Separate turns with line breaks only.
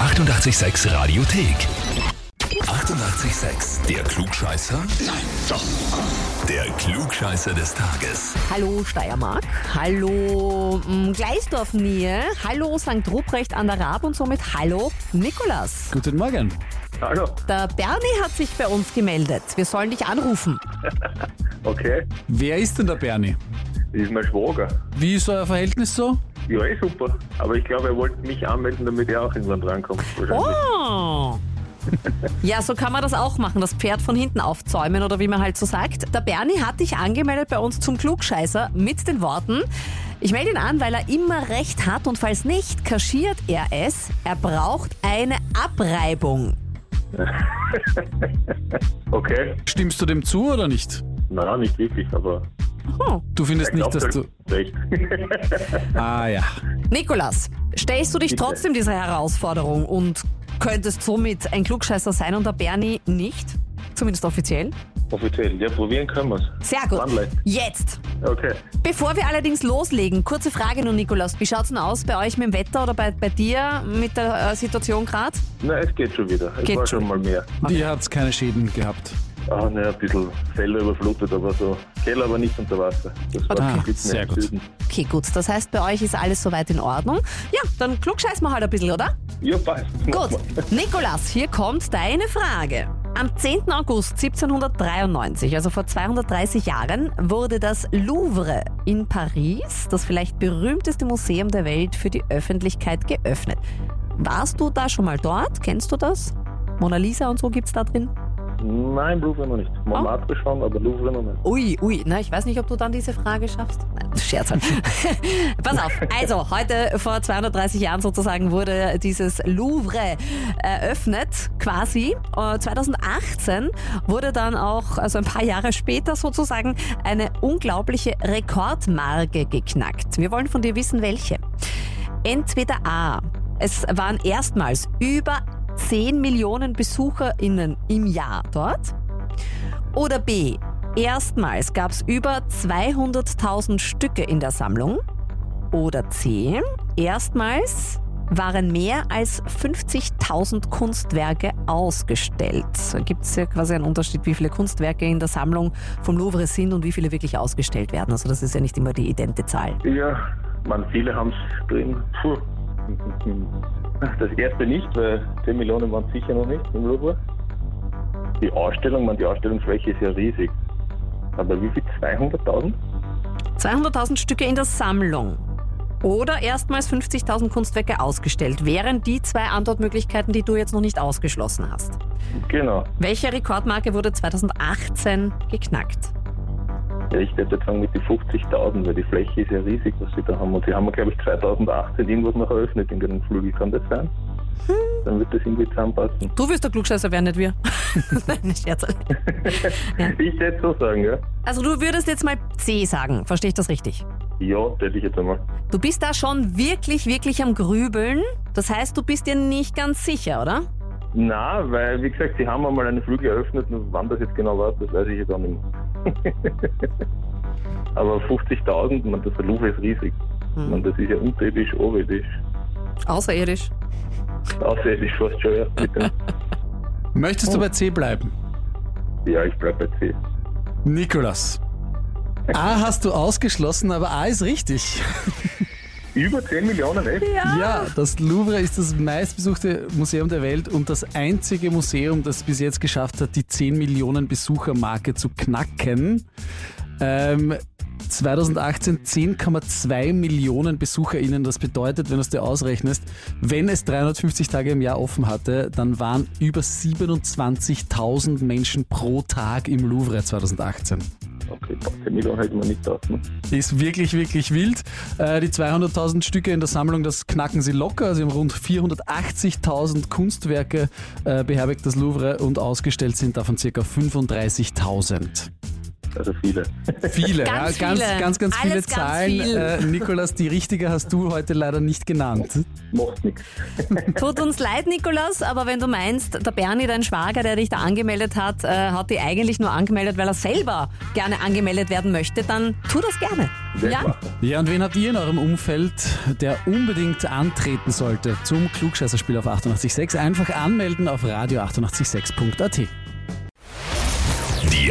886 Radiothek. 88,6. Der Klugscheißer? Nein, doch. Der Klugscheißer des Tages.
Hallo Steiermark, hallo mm, Gleisdorf Nähe, hallo St. Ruprecht an der Raab und somit hallo Nikolas.
Guten Morgen.
Hallo,
Der Bernie hat sich bei uns gemeldet. Wir sollen dich anrufen.
okay,
Wer ist denn der Bernie?
das ist mein Schwager.
Wie ist euer Verhältnis so?
Ja, eh super. Aber ich glaube, er wollte mich anmelden, damit er auch irgendwann drankommt. Wahrscheinlich.
Oh! Ja, so kann man das auch machen, das Pferd von hinten aufzäumen oder wie man halt so sagt. Der Bernie hat dich angemeldet bei uns zum Klugscheißer mit den Worten, ich melde ihn an, weil er immer recht hat und falls nicht, kaschiert er es. Er braucht eine Abreibung.
Okay,
Stimmst du dem zu oder nicht?
na nicht wirklich, aber
Hm.
Du findest
ich
nicht,
glaube,
dass du.
recht.
Ah ja.
Nikolas, stellst du dich
Bitte.
trotzdem dieser Herausforderung und könntest somit ein Klugscheißer sein und der Bernie nicht? Zumindest offiziell.
Offiziell, ja, probieren können wir es.
Sehr gut.
Anleitung.
Jetzt.
Okay,
Bevor wir allerdings loslegen, kurze Frage nur, Nikolaus. Wie schaut's denn aus bei euch mit dem Wetter oder bei, bei dir mit der äh, Situation gerade?
na, es geht schon wieder. Es
Geht
war
schon.
schon mal mehr.
Die hat's keine Schäden gehabt.
Ah, na, ein bisschen Felder überflutet, aber so. Keller aber nicht unter Wasser. Das war
Okay.
zum Glück nicht
Ah, Sehr
im
gut.
Süden.
Okay, gut. Das heißt, bei euch ist alles soweit in Ordnung. Ja, dann klugscheißen wir halt ein bisschen, oder?
Ja, passt.
Gut, Nikolas, hier kommt deine Frage. Am 10. August 1793, also vor 230 Jahren, wurde das Louvre in Paris, das vielleicht berühmteste Museum der Welt, für die Öffentlichkeit geöffnet. Warst du da schon mal dort? Kennst du das? Mona Lisa und so gibt's da drin?
Nein, Louvre noch nicht. Montmartre schon, aber Louvre noch nicht.
Ui, ui, na, ich weiß nicht, ob du dann diese Frage schaffst. Nein, Scherz halt. Pass auf. Also, heute vor 230 Jahren sozusagen wurde dieses Louvre eröffnet, quasi. Äh, 2018 wurde dann auch, also ein paar Jahre später sozusagen, eine unglaubliche Rekordmarke geknackt. Wir wollen von dir wissen, welche. Entweder A, es waren erstmals über 10 Millionen BesucherInnen im Jahr dort. Oder B. Erstmals gab es über 200.000 Stücke in der Sammlung. Oder C. Erstmals waren mehr als 50.000 Kunstwerke ausgestellt. Da gibt es ja quasi einen Unterschied, wie viele Kunstwerke in der Sammlung vom Louvre sind und wie viele wirklich ausgestellt werden. Also das ist ja nicht immer die idente Zahl.
Ja, man, viele haben es drin. Puh. Das erste nicht, weil 10 Millionen waren sicher noch nicht im Louvre. Die Ausstellung, man, die Ausstellungsfläche ist ja riesig. Aber wie viel? 200.000?
200.000 Stücke in der Sammlung. Oder erstmals 50.000 Kunstwerke ausgestellt. Wären die zwei Antwortmöglichkeiten, die du jetzt noch nicht ausgeschlossen hast.
Genau.
Welche Rekordmarke wurde 2018 geknackt?
Ja, ich würde jetzt sagen mit die 50.000, weil die Fläche ist ja riesig, was sie da haben. Und die haben, glaube ich, 2018 irgendwas noch eröffnet in den Flügel. Kann das sein? Dann wird das irgendwie zusammenpassen.
Du wirst der Klugscheißer werden, nicht wir. Nein, Scherz.
Ich hätte so sagen, ja.
Also du würdest jetzt mal C sagen, verstehe ich das richtig?
Ja, das hätte ich jetzt einmal.
Du bist da schon wirklich, wirklich am Grübeln. Das heißt, du bist dir nicht ganz sicher, oder?
Na, weil, wie gesagt, sie haben einmal einen Flügel eröffnet und wann das jetzt genau war, das weiß ich jetzt auch nicht mehr. Aber 50.000, man, das Louvre ist riesig. Man, das ist ja unterirdisch, oberirdisch,
Außerirdisch.
außerirdisch fast schon, ja. Bitte.
Möchtest
Oh.
du bei C bleiben?
ja, ich bleib bei C.
Nikolas. A hast du ausgeschlossen, aber A ist richtig.
Über 10 Millionen, echt?
Ja, das Louvre ist das meistbesuchte Museum der Welt und das einzige Museum, das bis jetzt geschafft hat, die 10 Millionen Besucher-Marke zu knacken. Ähm, 2018 10,2 Millionen BesucherInnen. Das bedeutet, wenn du es dir ausrechnest, wenn es 350 Tage im Jahr offen hatte, dann waren über 27.000 Menschen pro Tag im Louvre 2018.
Okay, boah, 10 Millionen hätten wir nicht gedacht. Ne?
Ist wirklich, wirklich wild. Äh, die 200.000 Stücke in der Sammlung, das knacken sie locker. Sie haben rund 480.000 Kunstwerke äh, beherbergt das Louvre und ausgestellt sind davon ca. 35.000.
Also viele.
Viele,
Ganz
ja, ganz,
viele.
ganz, ganz viele
Alles ganz
Zahlen.
viel.
Äh, Nikolas, die richtige hast du heute leider nicht genannt.
Macht nichts.
Tut uns leid, Nikolaus, aber wenn du meinst, der Bernie, dein Schwager, der dich da angemeldet hat, äh, hat die eigentlich nur angemeldet, weil er selber gerne angemeldet werden möchte, dann tu das gerne.
Sehr
Ja,
klar.
Ja, und wen habt ihr in eurem Umfeld, der unbedingt antreten sollte zum Klugscheißerspiel auf 886? Einfach anmelden auf radio886.at.
Die